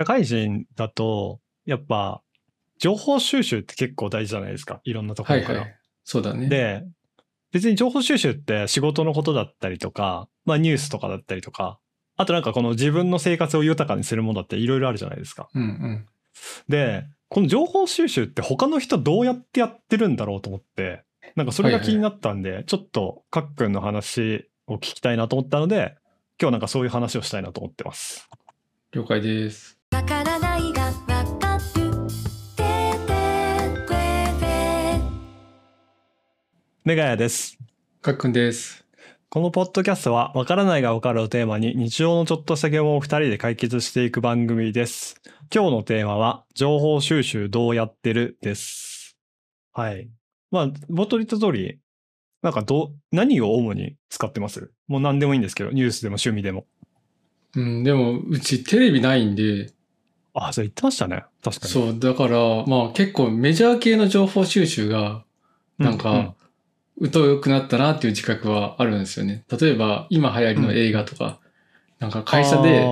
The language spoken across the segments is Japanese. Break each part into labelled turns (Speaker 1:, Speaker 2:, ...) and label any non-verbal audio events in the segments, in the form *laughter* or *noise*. Speaker 1: 社会人だと、やっぱ、情報収集って結構大事じゃないですか。いろんなとこ
Speaker 2: は
Speaker 1: ろ
Speaker 2: い
Speaker 1: から。
Speaker 2: はい。そうだね。
Speaker 1: で、別に情報収集って仕事のことだったりとか、まあニュースとかだったりとか、あとなんかこの自分の生活を豊かにするものだっていろいろあるじゃないですか。
Speaker 2: うんうん。
Speaker 1: で、この情報収集って他の人どうやってやってるんだろうと思って、なんかそれが気になったんで、ちょっとかっくんの話を聞きたいなと思ったので、今日なんかそういう話をしたいなと思ってます。
Speaker 2: 了解です。
Speaker 3: わからないがわかるててくれ
Speaker 1: メガヤです。
Speaker 2: かっくんです。
Speaker 1: このポッドキャストは、わからないがわかるをテーマに日常のちょっとした疑問を二人で解決していく番組です。今日のテーマは、情報収集どうやってるです。はい。まあ、冒頭に言った通り、なんかどう、何を主に使ってますもう何でもいいんですけど、ニュースでも趣味でも。
Speaker 2: うん、でも、うちテレビないんで、
Speaker 1: あ、それ言ってましたね。確かに。
Speaker 2: そう、だから、まあ結構メジャー系の情報収集が、なん
Speaker 1: う
Speaker 2: か、疎くなったなっていう自覚はあるんですよね。例えば、今流行りの映画とか、なんか会社で、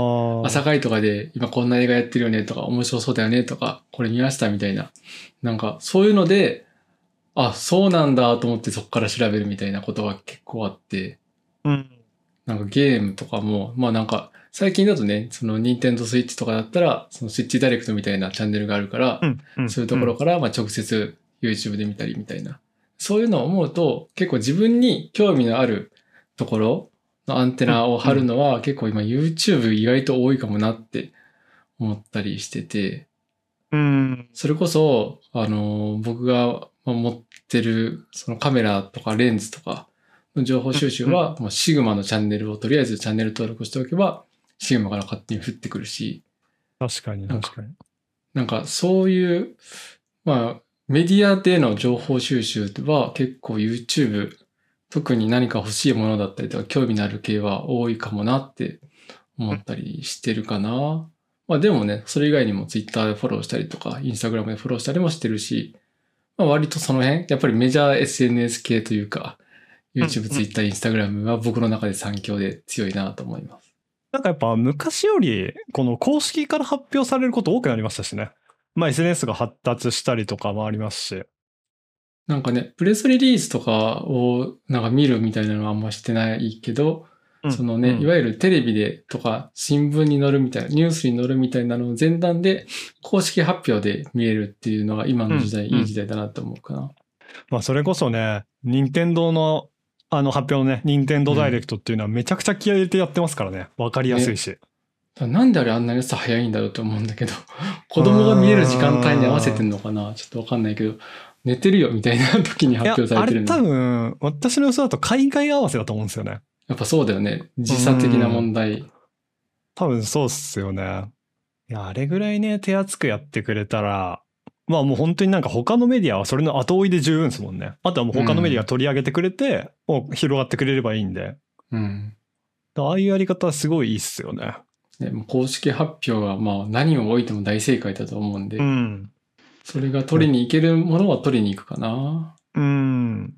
Speaker 2: 朝、会とかで今こんな映画やってるよねとか面白そうだよねとかこれ見ましたみたいななんかそういうのであそうなんだと思ってそこから調べるみたいなことが結構あって
Speaker 1: あーうん。
Speaker 2: なんかゲームとかもまあなんか最近だとねその任天堂スイッチとかだったらそのスイッチダイレクトみたいなチャンネルがあるから
Speaker 1: うん。ん
Speaker 2: そういうところ。からまあ直接 YouTube で見たりみたいなそういうのを思うと結構自分に興味のあるところのアンテナを張るのは結構今 YouTube 意外と多いかもなって思ったりしてて
Speaker 1: うん。
Speaker 2: それこそあの僕がまあ持ってるそのカメラとかレンズとかの情報収集はもうシグマのチャンネルをとりあえずチャンネル登録しておけばシグマから勝手に降ってくるし
Speaker 1: 確かに、確かに。
Speaker 2: なんかそういう、まあ、メディアでの情報収集は結構 YouTube、特に何か欲しいものだったりとか興味のある系は多いかもなって思ったりしてるかな。まあでもね、それ以外にも Twitter でフォローしたりとか、Instagram でフォローしたりもしてるし、まあ割とその辺、やっぱりメジャー SNS 系というか、
Speaker 1: うんう
Speaker 2: YouTube、
Speaker 1: ん
Speaker 2: Twitter、Instagram は僕の中で三強で強いなと思います。
Speaker 1: なんかやっぱ昔よりこの公式から発表されること多くなりましたしね。まあ SNS が発達したりとかもありますし。
Speaker 2: なんかね、プレスリリースとかをなんか見るみたいなのはあんましてないけど、そのね、いわゆるテレビでとか新聞に載るみたいな、ニュースに載るみたいなのを前段で公式発表で見えるっていうのが今の時代、
Speaker 1: うんうん
Speaker 2: いい時代だなと思うかな。
Speaker 1: まあそれこそね、任天堂のあの発表のね、任天堂ダイレクトっていうのはめちゃくちゃ気合い入れてやってますからね。わかりやすいし。
Speaker 2: だからなんであれあんなに朝早いんだろうと思うんだけど、 *laughs* 子供が見える時間帯に合わせてんのかなちょっとわかんないけど、寝てるよみたいな時に
Speaker 1: い
Speaker 2: 発
Speaker 1: や、
Speaker 2: 表さ
Speaker 1: あ
Speaker 2: れて
Speaker 1: れ
Speaker 2: るの。
Speaker 1: 多
Speaker 2: や
Speaker 1: 分、私の予想だと海外合わせだと思うんですよね。
Speaker 2: っぱそうだよね。時差的な問題。
Speaker 1: 多分そうっすよね。いや、あれぐらいね、手厚くやってくれたら、まあもう本当になんか他のメディアはそれの後追いで十分ですもんね。あとはもう他のメディアが取り上げてくれて、もう広がってくれればいいんで。
Speaker 2: うん。
Speaker 1: ああいうやり方はすごいいいっすよね。
Speaker 2: ね、もう公式発表はまあ何を置いても大正解だと思うんで、
Speaker 1: ん。
Speaker 2: それが取りに行けるものは取りに行くかな。
Speaker 1: うん。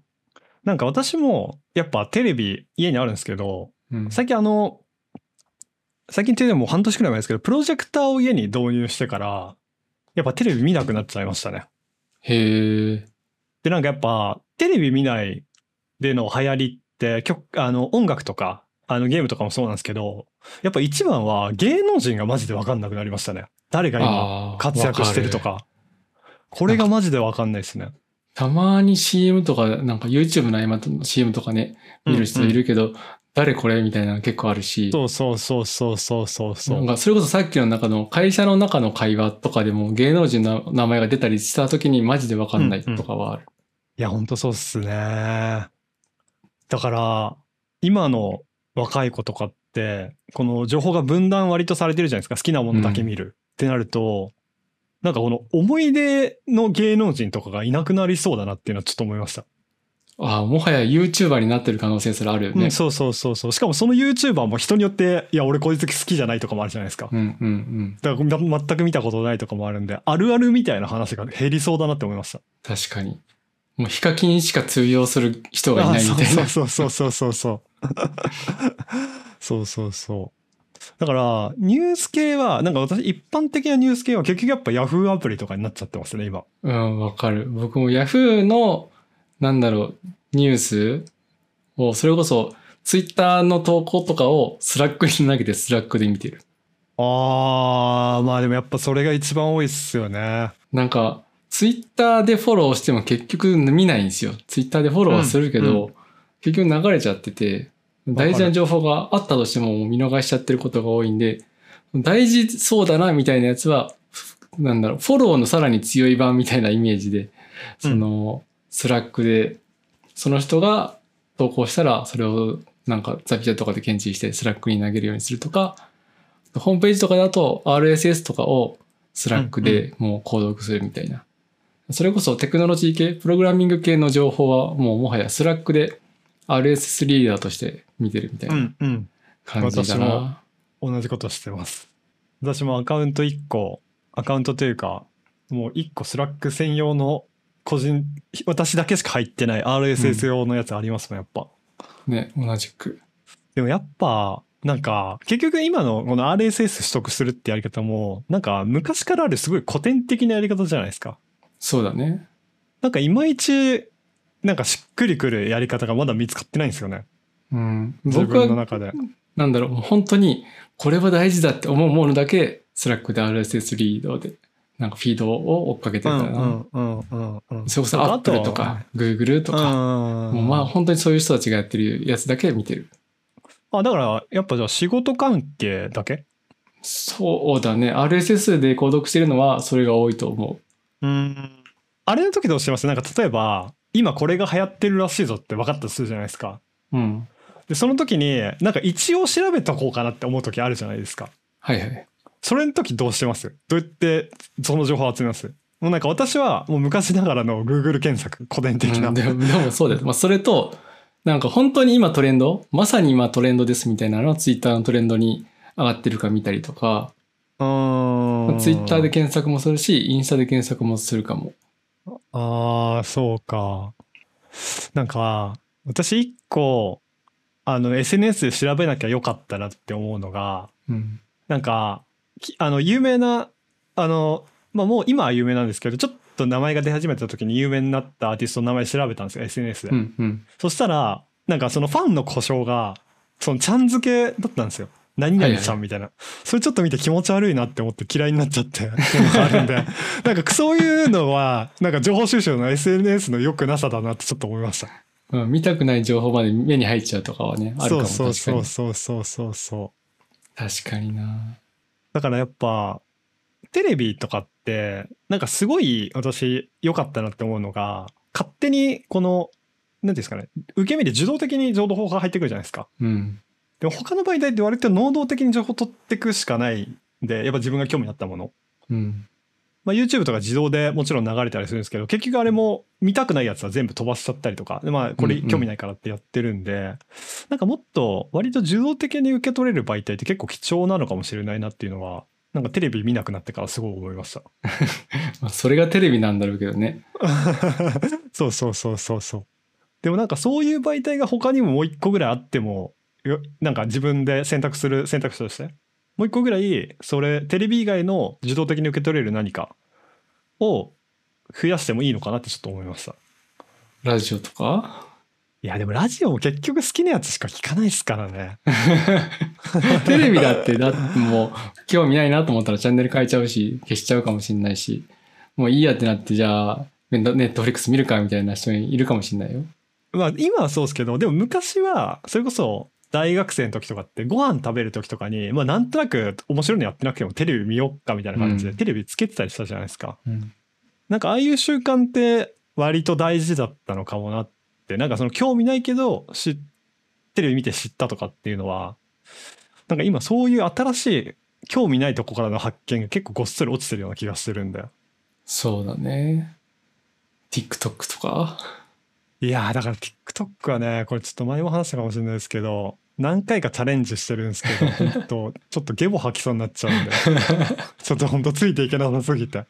Speaker 1: なんか私も、やっぱテレビ家にあるんですけど、
Speaker 2: うん、
Speaker 1: 最近あの、最近っていうのはもう半年くらい前ですけど、プロジェクターを家に導入してから、やっぱテレビ見なくなっちゃいましたね。
Speaker 2: へえ。
Speaker 1: で、なんかやっぱ、テレビ見ないでの流行りって、曲、あの、音楽とか、あの、ゲームとかもそうなんですけど、やっぱ一番は芸能人がマジでわかんなくなりましたね。誰が今
Speaker 2: あー
Speaker 1: 活躍してると
Speaker 2: わ
Speaker 1: か。これがマジでわかんないですね。
Speaker 2: るたまに CM とか、なんか YouTube の合間の CM とかね、見る人いるけど、誰これみたいなの結構あるし、
Speaker 1: そうそうそうそうそうそうそ
Speaker 2: なん
Speaker 1: う。
Speaker 2: かそれこそさっきの中の会社の中の会話とかでも芸能人の名前が出たりした時にマジでわかんないとかはある。
Speaker 1: いや、ほんとそうっすね。だから、今の若い子とかって、この情報が分断割とされてるじゃないですか。好きなものだけ見る。ってなると、なんかこの思い出の芸能人とかがいなくなりそうだなっていうのはちょっと思いました。
Speaker 2: ああ、もはや YouTuber になってる可能性すらあるよ
Speaker 1: う
Speaker 2: ね
Speaker 1: ん、。そうそうそうそう。しかもその YouTuber も人によって、いや、俺こいつ好きじゃないとかもあるじゃないですか。
Speaker 2: うん、うん、うん。
Speaker 1: だから全く見たことないとかもあるんで、あるあるみたいな話が減りそうだなって思いました。
Speaker 2: 確かに。もうヒカキンしか通用する人がいないみたいな。
Speaker 1: あそうそうそうそうそうそうそうそうそうそうだから、ニュース系は、なんか私、一般的なニュース系は結局やっぱ Yahoo アプリとかになっちゃってますね、今。
Speaker 2: うん、わかる。僕も Yahoo の、なんだろう、ニュースを、それこそ、Twitter の投稿とかをスラックに投げてスラックで見てる。
Speaker 1: あー、まあでもやっぱそれが一番多いっすよね。、
Speaker 2: なんか、Twitter でフォローしても結局見ないんですよ。Twitter でフォローはするけど、結局流れちゃってて、大事な情報があったとしてももう見逃しちゃってることが多いんで、大事そうだなみたいなやつは、なんだろう、フォローのさらに強い版みたいなイメージで、その、スラックで、その人が投稿したら、それをなんかザピチャとかで検知して、スラックに投げるようにするとか、ホームページとかだと RSS とかをスラックでもう購読するみたいな。それこそテクノロジー系、プログラミング系の情報はもうもはやスラックで RSS リーダーとして見てるみたいなん
Speaker 1: うん。
Speaker 2: 感じだな。
Speaker 1: 私も同じことしてます私もアカウント1個アカウントというかもう1個スラック専用の個人私だけしか入ってない RSS 用のやつありますもん、やっぱ
Speaker 2: ね、同じく。
Speaker 1: でもやっぱなんか結局今のこの RSS 取得するってやり方もなんか昔からあるすごい古典的なやり方じゃないですか
Speaker 2: そうだね。
Speaker 1: なんかいまいちなんかしっくりくるやり方がまだ見つかってないんですよね
Speaker 2: うん、
Speaker 1: 自
Speaker 2: 僕
Speaker 1: 分の
Speaker 2: は、
Speaker 1: 中で
Speaker 2: なんだろう、もう本当に、これは大事だって思うものだけ、スラックで RSS リードで、なんかフィードを追っかけて
Speaker 1: う
Speaker 2: る
Speaker 1: ん
Speaker 2: からな。
Speaker 1: うんうんうんうん
Speaker 2: それこそ
Speaker 1: あ
Speaker 2: Apple と
Speaker 1: と
Speaker 2: か Google とか、
Speaker 1: うん
Speaker 2: もうまあ本当にそういう人たちがやってるやつだけ見てる。
Speaker 1: あ、だから、やっぱじゃあ仕事関係だけ
Speaker 2: そうだね。RSS で購読してるのはそれが多いと思
Speaker 1: うん。あれの時どうしてますなんか例えば、今これが流行ってるらしいぞって分かったとするじゃないですか。
Speaker 2: う。うん。
Speaker 1: で、その時に、なんか一応調べとこうかなって思う時あるじゃないですか。
Speaker 2: はいはい。
Speaker 1: それの時どうしてますどうやってその情報を集めますもうなんか私はもう昔ながらの Google 検索、古典的な。
Speaker 2: うんでもでもそうだよ。まあそれと、なんか本当に今トレンド、まさに今トレンドですみたいなのは Twitter のトレンドに上がってるか見たりとか、
Speaker 1: うん
Speaker 2: ツイッターで検索もするし、インスタで検索もするかも。
Speaker 1: ああ、そうか。なんか、私一個、あの、SNS で調べなきゃよかったなって思うのが、
Speaker 2: うん。
Speaker 1: なんか、きあの、有名な、あの、まあ、もう今は有名なんですけど、ちょっと名前が出始めた時に有名になったアーティストの名前調べたんですよ、SNS で。
Speaker 2: うんうん。
Speaker 1: そしたら、なんかそのファンの故障が、そのちゃん付けだったんですよ。何々ちゃんみたいな、それちょっと見て気持ち悪いなって思って嫌いになっちゃって、っていうのがあるんで、 *laughs* なんかそういうのは、なんか情報収集の SNS の良くなさだなってちょっと思いました。
Speaker 2: まあ見たくない情報まで目に入っちゃうとかはね、あるか
Speaker 1: そ
Speaker 2: も
Speaker 1: う
Speaker 2: 確か
Speaker 1: そう
Speaker 2: に。
Speaker 1: そうそうそうそうそう。
Speaker 2: 確かにな。
Speaker 1: だからやっぱテレビとかってなんかすごい私良かったなって思うのが勝手にこの何ていうんですかね受け身で受動的に情報が入ってくるじゃないですか。
Speaker 2: うん。
Speaker 1: でも他の媒体って割と能動的に情報取ってくしかないんでやっぱ自分が興味あったもの。
Speaker 2: うん。
Speaker 1: まあ、YouTube とか自動でもちろん流れたりするんですけど結局あれも見たくないやつは全部飛ばしちゃったりとかで、まあ、こ
Speaker 2: う
Speaker 1: れ
Speaker 2: んうん
Speaker 1: 興味ないからってやってるんで、なんかもっと割と受動的に受け取れる媒体って結構貴重なのかもしれないなっていうのはなんかテレビ見なくなってからすごい思いました
Speaker 2: まあそれがテレビなんだろうけどね。
Speaker 1: *laughs* そうそうそうそうそうでもなんかそういう媒体が他にももう一個ぐらいあってもよなんか自分で選択する選択肢としてもう一個ぐらいそれテレビ以外の受動的に受け取れる何かを増やしてもいいのかなってちょっと思いました
Speaker 2: ラジオとか *laughs*
Speaker 1: いやでもラジオも結局好きなやつしか聞かないですからね。 *laughs*
Speaker 2: テレビだって、だってもう、興味ないなと思ったらチャンネル変えちゃうし、消しちゃうかもしんないし、もういいやってなって、じゃあ、ネットフリックス見るかみたいな人いるかもしんないよ。
Speaker 1: まあ今はそうですけどでも昔はそれこそ大学生の時とかってご飯食べる時とかにまあなんとなく面白いのやってなくてもテレビ見よっかみたいな感じで
Speaker 2: うん
Speaker 1: テレビつけてたりしたじゃないですか。なんかああいう習慣って割と大事だったのかもなってなんかその興味ないけど知テレビ見て知ったとかっていうのはなんか今そういう新しい興味ないとこからの発見が結構ごっそり落ちてるような気がするんだよ。
Speaker 2: そうだね。TikTok とか
Speaker 1: いやーだから TikTok はねこれちょっと前も話したかもしれないですけど何回かチャレンジしてるんですけどちょっとちょっとゲボ吐きそうになっちゃうんでちょっとほんとついていけなさすぎて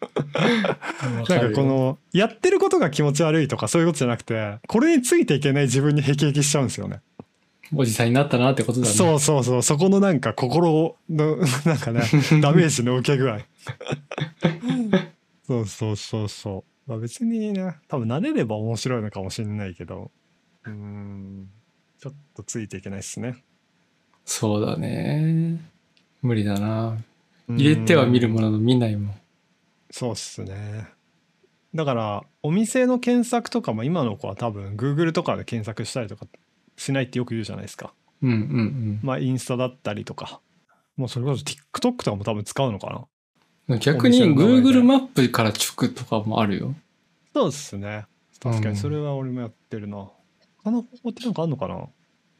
Speaker 1: なんかこのやってることが気持ち悪いとかそういうことじゃなくてこれについていけない自分にへきへきしちゃうんですよね
Speaker 2: おじさんになったなってことだね。
Speaker 1: そうそうそうそこのなんか心の *laughs* なんかねダメージの受け具合そうそうそうそうまあ別にね多分慣れれば面白いのかもしれないけどうーんちょっとついていけないっすね
Speaker 2: そうだね。無理だな。入れては見るものの見ないもん。
Speaker 1: そうっすねだからお店の検索とかも今の子は多分 Google とかで検索したりとかしないってよく言うじゃないですか
Speaker 2: うんうんうん。
Speaker 1: まあインスタだったりとかもうそれこそ TikTok とかも多分使うのかな
Speaker 2: 逆に
Speaker 1: お店の名前で
Speaker 2: Google マップから直とかもあるよ。
Speaker 1: そうっすね確か
Speaker 2: うん
Speaker 1: にそれは俺もやってるな、他の方法ってなんかあんのかな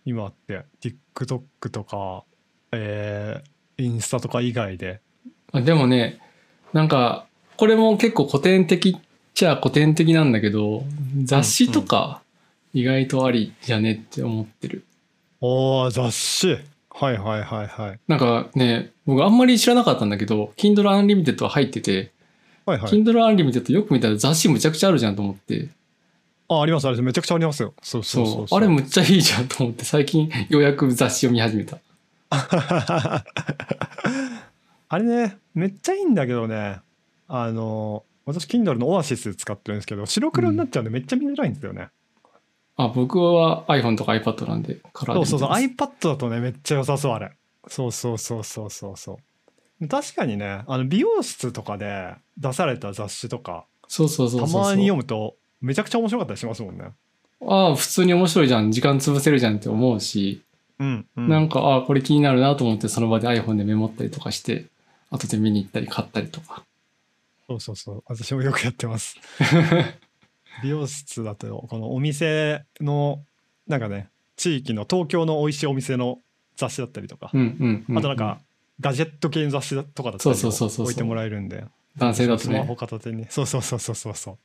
Speaker 1: 今って TikTok とかえー、インスタとか以外で
Speaker 2: あでもね、なんか、これも結構古典的っちゃ古典的なんだけど、雑誌とか意外とありじゃねって思ってる。
Speaker 1: おー雑誌はいはいはいはい
Speaker 2: なんかね、僕あんまり知らなかったんだけど、Kindle Unlimited は入ってて、
Speaker 1: はいはい
Speaker 2: Kindle Unlimited よく見たら雑誌むちゃくちゃあるじゃんと思って、
Speaker 1: あありますありますめちゃくちゃありますよそうそう
Speaker 2: そ
Speaker 1: うそうそう
Speaker 2: あれむっちゃいいじゃんと思って、最近ようやく雑誌を見始めた。
Speaker 1: あれねめっちゃいいんだけどねあの私 Kindle のオアシス使ってるんですけど白黒になっちゃうんでめっちゃ見づらいんですよね、
Speaker 2: あ、僕は iPhone とか iPad なんで、カラー
Speaker 1: そ
Speaker 2: で
Speaker 1: うそうそう
Speaker 2: 見てます
Speaker 1: iPad だとねめっちゃ良さそうあれそうそうそうそうそうそう確かにねあの美容室とかで出された雑誌とか
Speaker 2: そうそうそう
Speaker 1: た
Speaker 2: そう
Speaker 1: まに読むとめちゃくちゃ面白かったりしますもんね
Speaker 2: ああ、普通に面白いじゃん。時間潰せるじゃんって思うし、
Speaker 1: うん、うん、
Speaker 2: なんか、ああ、これ気になるなと思って、その場で iPhone でメモったりとかして、後で見に行ったり買ったりとか。
Speaker 1: そうそうそう私もよくやってます
Speaker 2: *laughs*
Speaker 1: 美容室だとこのお店のなんかね地域の東京の美味しいお店の雑誌だったりとか、
Speaker 2: うんうん、うん。
Speaker 1: あとなんか、ガジェット系の雑誌とかだったり
Speaker 2: そうそうそうそうそ
Speaker 1: も
Speaker 2: う
Speaker 1: 置いてもらえるんで
Speaker 2: 男性だと
Speaker 1: スマホ
Speaker 2: ね。
Speaker 1: 片手にそうそうそうそうそうそう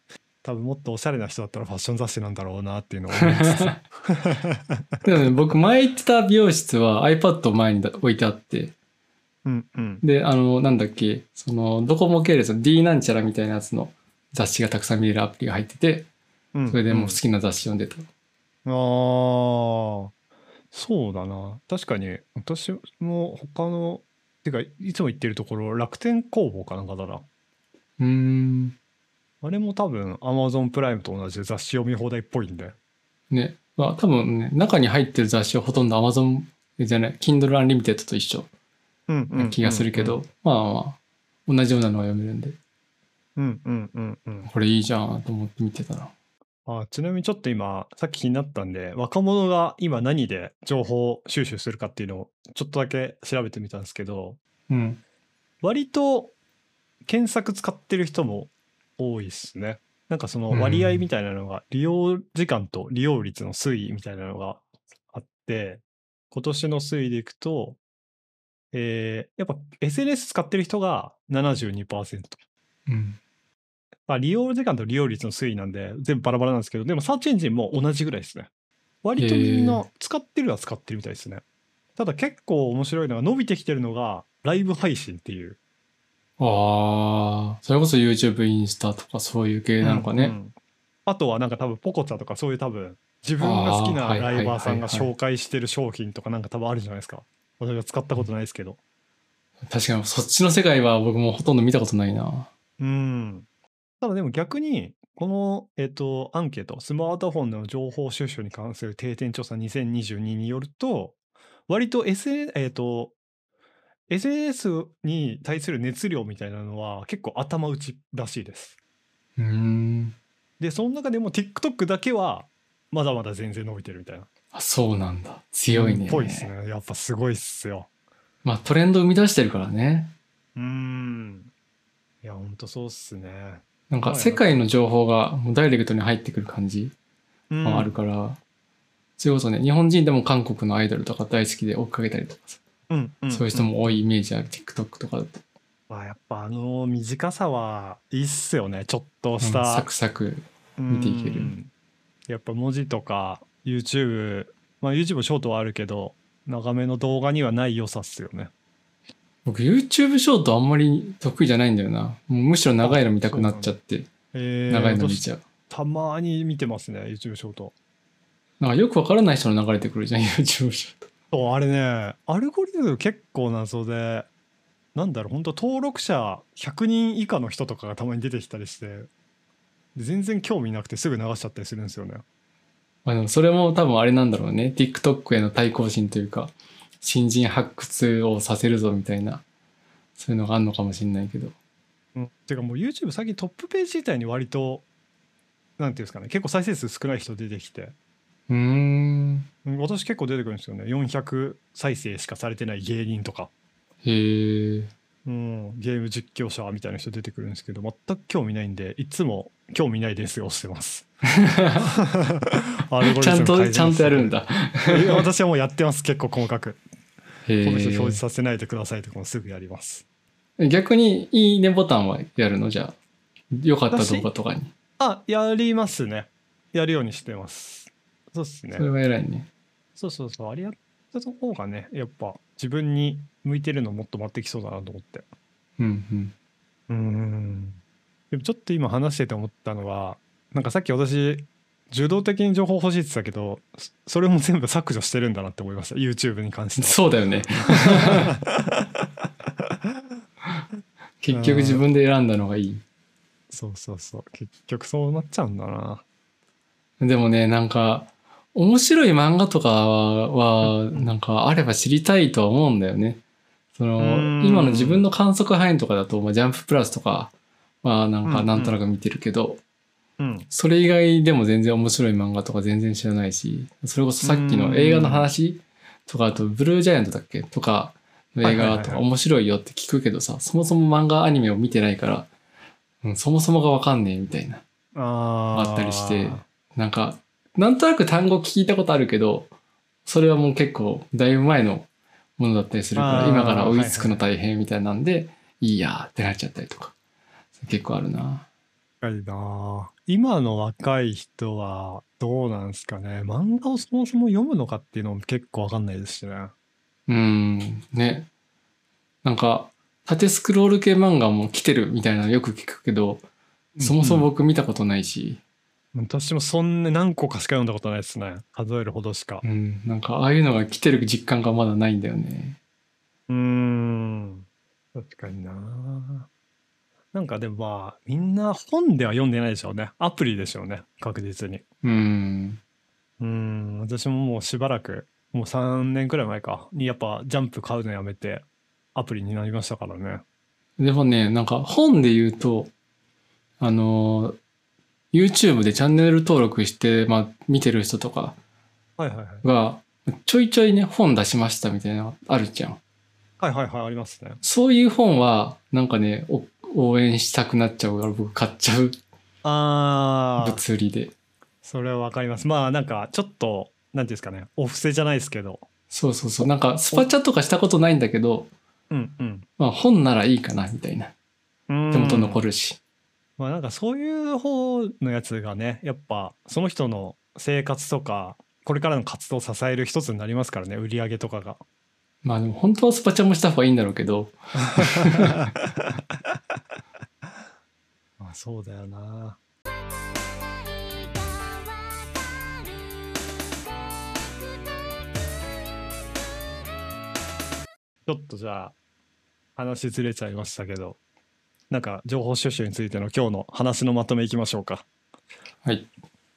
Speaker 1: 多分もっとおしゃれな人だったらファッション雑誌なんだろうなっていうのを思いつ
Speaker 2: *laughs*
Speaker 1: つ
Speaker 2: でもね、僕前行ってた美容室は iPad を前に置いてあって、
Speaker 1: うんうん
Speaker 2: で、あの、なんだっけ、その、ドコモ系列の D なんちゃらみたいなやつの雑誌がたくさん見れるアプリが入ってて、
Speaker 1: うん
Speaker 2: それでもう好きな雑誌読んでた。
Speaker 1: あーそうだな確かに私も他のてかいつも行ってるところ楽天工房かなんかだな
Speaker 2: うーん。
Speaker 1: あれも多分 Amazon プライムと同じで雑誌読み放題っぽいんで
Speaker 2: ね。まあ多分ね、中に入ってる雑誌はほとんど Amazon じゃない、Kindle Unlimited と一緒
Speaker 1: うん
Speaker 2: な気がするけど、まあまあ、同じようなのは読めるんで、
Speaker 1: うんうんうんうん
Speaker 2: これいいじゃんと思って見てたな。
Speaker 1: あちなみにちょっと今さっき気になったんで若者が今何で情報収集するかっていうのをちょっとだけ調べてみたんですけど
Speaker 2: うん。
Speaker 1: 割と検索使ってる人も多いっすねなんかその割合みたいなのが利用時間と利用率の推移みたいなのがあって今年の推移でいくとえーやっぱ SNS 使ってる人が72%
Speaker 2: うん。
Speaker 1: まあ、利用時間と利用率の推移なんで全部バラバラなんですけどでもサーチエンジンも同じぐらいですね割とみん
Speaker 2: へ
Speaker 1: な
Speaker 2: ー
Speaker 1: 使ってるのは使ってるみたいですねただ結構面白いのが伸びてきてるのがライブ配信っていう
Speaker 2: ああ、それこそ YouTube、インスタとかそういう系なのか
Speaker 1: う
Speaker 2: ね。
Speaker 1: んあとはなんか多分ポコチャとかそういう多分自分が好き
Speaker 2: あ
Speaker 1: な
Speaker 2: ーはいはいはいは
Speaker 1: ラ
Speaker 2: い
Speaker 1: イバーさんが紹介してる商品とかなんか多分あるじゃないですか私は使ったことないですけど
Speaker 2: 確かにそっちの世界は僕もほとんど見たことないな。
Speaker 1: うん。ただでも逆に、この、えっと、アンケート、スマートフォンの情報収集に関する定点調査2022によると、割と SN、えっと、SNS に対する熱量みたいなのは結構頭打ちらしいです。
Speaker 2: うーん。
Speaker 1: で、その中でも TikTok だけはまだまだ全然伸びてるみたいな。
Speaker 2: あ、そうなんだ。強いね。
Speaker 1: ぽいですね。やっぱすごいっすよ。
Speaker 2: まあトレンド生み出してるからね。
Speaker 1: うん。いや、ほんとそうっすね。
Speaker 2: なん
Speaker 1: は
Speaker 2: か
Speaker 1: い
Speaker 2: 世界の情報がもうダイレクトに入ってくる感じ
Speaker 1: うん
Speaker 2: もあるから、それこそね、日本人でも韓国のアイドルとか大好きで追っかけたりとかさ、
Speaker 1: うんん
Speaker 2: そういう人も多いイメージある、TikTok とかだと。
Speaker 1: まあ、やっぱあの短さはいいっすよねちょっとし
Speaker 2: うん
Speaker 1: た、
Speaker 2: サクサク。見ていける
Speaker 1: うんやっぱ文字とか YouTube まあ YouTube ショートはあるけど長めの動画にはない良さっすよね
Speaker 2: 僕 YouTube ショートあんまり得意じゃないんだよな。もうむしろ長いの見たくなっちゃって、
Speaker 1: えー
Speaker 2: 長いの見ちゃう。
Speaker 1: 私たまに見てますね YouTube ショート
Speaker 2: なんかよくわからない人の流れてくるじゃん、YouTube じ
Speaker 1: そうあれねアルゴリズム結構謎でなんだろう本当登録者100人以下の人とかがたまに出てきたりしてで全然興味なくてすぐ流しちゃったりするんですよね
Speaker 2: ゃん。あのそれも多分あれなんだろうね。TikTok への対抗心というか、新人発掘をさせるぞみたいな、そういうのがあるのかもしれないけど。
Speaker 1: うん、てかもう YouTube 最近トップページ自体に割となんていうんですかね結構再生数少ない人出てきて
Speaker 2: うーん。
Speaker 1: うん私結構出てくるんですよね400再生しかされてない芸人とか、
Speaker 2: へえ。
Speaker 1: うん、ゲーム実況者みたいな人出てくるんですけど全く興味ないんでいつも「興味ないですよ」してます
Speaker 2: *laughs*
Speaker 1: アルゴリ
Speaker 2: ち
Speaker 1: ズ
Speaker 2: ゃん
Speaker 1: ム改
Speaker 2: と、
Speaker 1: 善
Speaker 2: ちゃんとやるんだ。
Speaker 1: いや私はもうやってます結構細かく
Speaker 2: へ
Speaker 1: この人表示さ
Speaker 2: ー
Speaker 1: せないでくださいとかもすぐやります
Speaker 2: 逆に、いいねボタンはやるのじゃあ。よかった動画とかに。
Speaker 1: あやりますねやるようにしてますそうですね
Speaker 2: それは偉いね。
Speaker 1: そうそうそう、あれやった方がね、やっぱ自分に向いてるのもっと回ってきそうだなと思って。
Speaker 2: うん
Speaker 1: う
Speaker 2: うん。
Speaker 1: ん。でもちょっと今話してて思ったのは、なんかさっき私、受動的に情報欲しいって言ってたけど、そそれも全部削除してるんだなって思いました、YouTube に関しては。
Speaker 2: そうだよね。結局自分で選んだのがいい。
Speaker 1: そうそうそう。結局そうなっちゃうんだな。
Speaker 2: でもね、なんか、面白い漫画とかは、は
Speaker 1: うん
Speaker 2: なんか、あれば知りたいとは思うんだよね。そ
Speaker 1: うん
Speaker 2: の、今の自分の観測範囲とかだと、まあ、ジャンププラスとかは、なん
Speaker 1: うんう
Speaker 2: か、
Speaker 1: ん
Speaker 2: なんとなく見てるけど、
Speaker 1: うん。
Speaker 2: それ以外でも全然面白い漫画とか全然知らないし、それこそさっき
Speaker 1: うん
Speaker 2: の映画の話とか、あと、ブルージャイアントだっけとか、の映
Speaker 1: はいはい
Speaker 2: 画
Speaker 1: はい
Speaker 2: と
Speaker 1: は
Speaker 2: か
Speaker 1: い
Speaker 2: 面白いよって聞くけどさ、そもそも漫画アニメを見てないから、うん、そもそもがわかんねえみたいな。
Speaker 1: あー
Speaker 2: あったりしてなんか、なんとなく単語聞いたことあるけど、それはもう結構、だいぶ前のものだったりするか
Speaker 1: あ
Speaker 2: ら、
Speaker 1: ー
Speaker 2: 今から追いつくの大変みたいなんで、いいやーってなっちゃったりとか、結構あるな。
Speaker 1: 確かにな今の若い人はどうなんですかね漫画をそもそも読むのかっていうのも結構わかんないですしね
Speaker 2: うん、ね。なんか、縦スクロール系漫画も来てるみたいなのよく聞くけど、そもそも僕見たことないし、
Speaker 1: 私もそんな何個かしか読んだことないですね数えるほどしか
Speaker 2: うん、なんかああいうのが来てる実感がまだないんだよね。
Speaker 1: うーん確かにななんかでもまあみんな本では読んでないでしょうねアプリでしょうね確実に
Speaker 2: うん、
Speaker 1: うーん私ももうしばらくもう3年くらい前かにやっぱジャンプ買うのやめてアプリになりましたからね
Speaker 2: でもね、なんか本で言うと、あのー、YouTube でチャンネル登録して、まあ、見てる人とか
Speaker 1: はいはいはい
Speaker 2: が、ちょいちょいね、本出しましたみたいなのあるじゃん。
Speaker 1: はいはいはいありますね
Speaker 2: そういう本は、なんかね、お応援したくなっちゃうから、僕買っちゃう、
Speaker 1: ああ
Speaker 2: 物理で。
Speaker 1: それはわかりますまあなんかちょっとなんていうんですかねお布施じゃないですけど
Speaker 2: そうそうそう。なんか、スパチャとかしたことないんだけど、
Speaker 1: うんうん
Speaker 2: まあ、本ならいいかな、みたいな。手元残るし。
Speaker 1: まあなんかそういう方のやつがねやっぱその人の生活とかこれからの活動を支える一つになりますからね売り上げとかが
Speaker 2: まあ、でも本当はスパチャもした方がいいんだろうけど、
Speaker 1: まあそうだよなちょっとじゃあ話ずれちゃいましたけどなんか情報収集についての今日の話のまとめいきましょうか
Speaker 2: はい。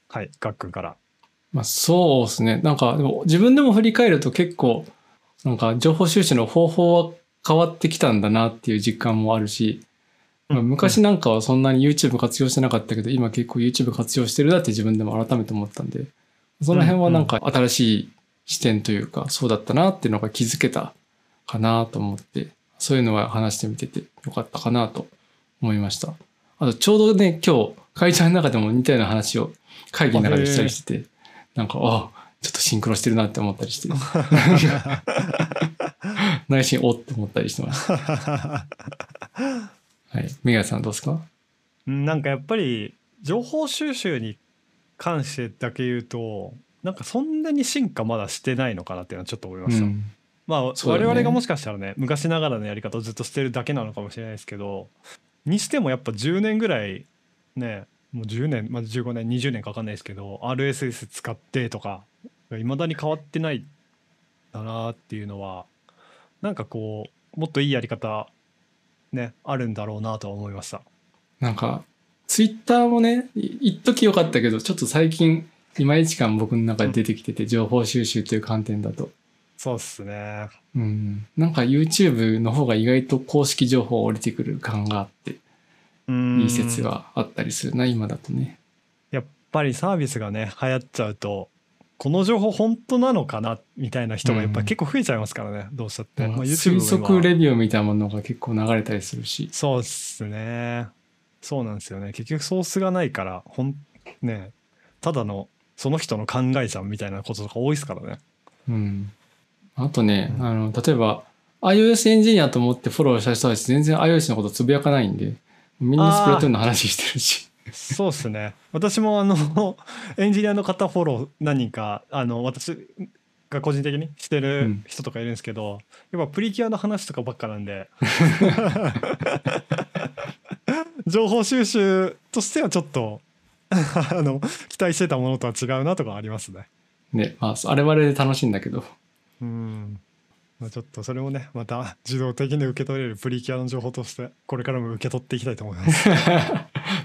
Speaker 1: はいガックンから
Speaker 2: まあ、そうですね。なんか、でも自分でも振り返ると結構、なんか情報収集の方法は変わってきたんだなっていう実感もあるし、まあ、昔なんかはそんなに YouTube 活用してなかったけど、今結構 YouTube 活用してるなって自分でも改めて思ったんで、その辺はなんか新しい視点というか、そうだったなっていうのが気づけたかなと思って、そういうのは話してみててよかったかなと思いました。あとちょうどね、今日会社の中でも似たような話を会議の中でしたりしてて、なんか、あ、ちょっとシンクロしてるなって思ったりして、内心おって思ったりしてました。はい。メガネさんどうですか
Speaker 1: うんなんかやっぱり情報収集に関してだけ言うとなんかそんなに進化まだしてないのかなっていうのはちょっと思いました、
Speaker 2: ん
Speaker 1: まあ、
Speaker 2: そう
Speaker 1: 我
Speaker 2: だね
Speaker 1: 々がもしかしたらね昔ながらのやり方をずっとしてるだけなのかもしれないですけどにしてもやっぱ10年ぐらいねもう10年、まあ、15年20年かかんないですけど RSS 使ってとかいまだに変わってないんだなっていうのはなんかこうもっといいやり方ねあるんだろうなとは思いました。
Speaker 2: なんか、ツイッターもね、い一時良かったけど、ちょっと最近、いまいち感僕の中で出てきてて、情報収集という観点だと。
Speaker 1: そうっすね。
Speaker 2: うん。なんか YouTube の方が意外と公式情報降りてくる感があって、
Speaker 1: うん
Speaker 2: いい説があったりするな、今だとね。
Speaker 1: やっぱりサービスがね流行っちゃうとこの情報本当なのかなみたいな人がやっぱり結構増えちゃいますからね、どうしたって、まあ、
Speaker 2: 推
Speaker 1: YouTube も
Speaker 2: 測
Speaker 1: 今
Speaker 2: レビューみたいなものが結構流れたりするし。
Speaker 1: そうっすねそうなんですよね結局ソースがないからほんねただのその人の考えじゃんみたいなこととか多いですからね
Speaker 2: うん。あとね、
Speaker 1: うん
Speaker 2: あの、例えば、iOS エンジニアと思ってフォローした人たち全然 iOS のことつぶやかないんで、みんなスプラトゥーンの話してるし。
Speaker 1: そうっすね私もあの *laughs* エンジニアの方フォロー何人かあの私が個人的にして
Speaker 2: う
Speaker 1: る
Speaker 2: ん
Speaker 1: 人とかいるんですけど、やっぱプリキュアの話とかばっかなんで情報収集としてはちょっと *laughs* あの期待してたものとは違うなとかありますね。
Speaker 2: ね、まあ、あれはあれで楽しいんだけど。
Speaker 1: うんまあ、ちょっとそれもねまた自動的に受け取れるプリキュアの情報としてこれからも受け取っていきたいと思います。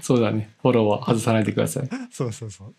Speaker 1: *laughs*
Speaker 2: そうだね。フォローは外さないでください。
Speaker 1: そうそうそう。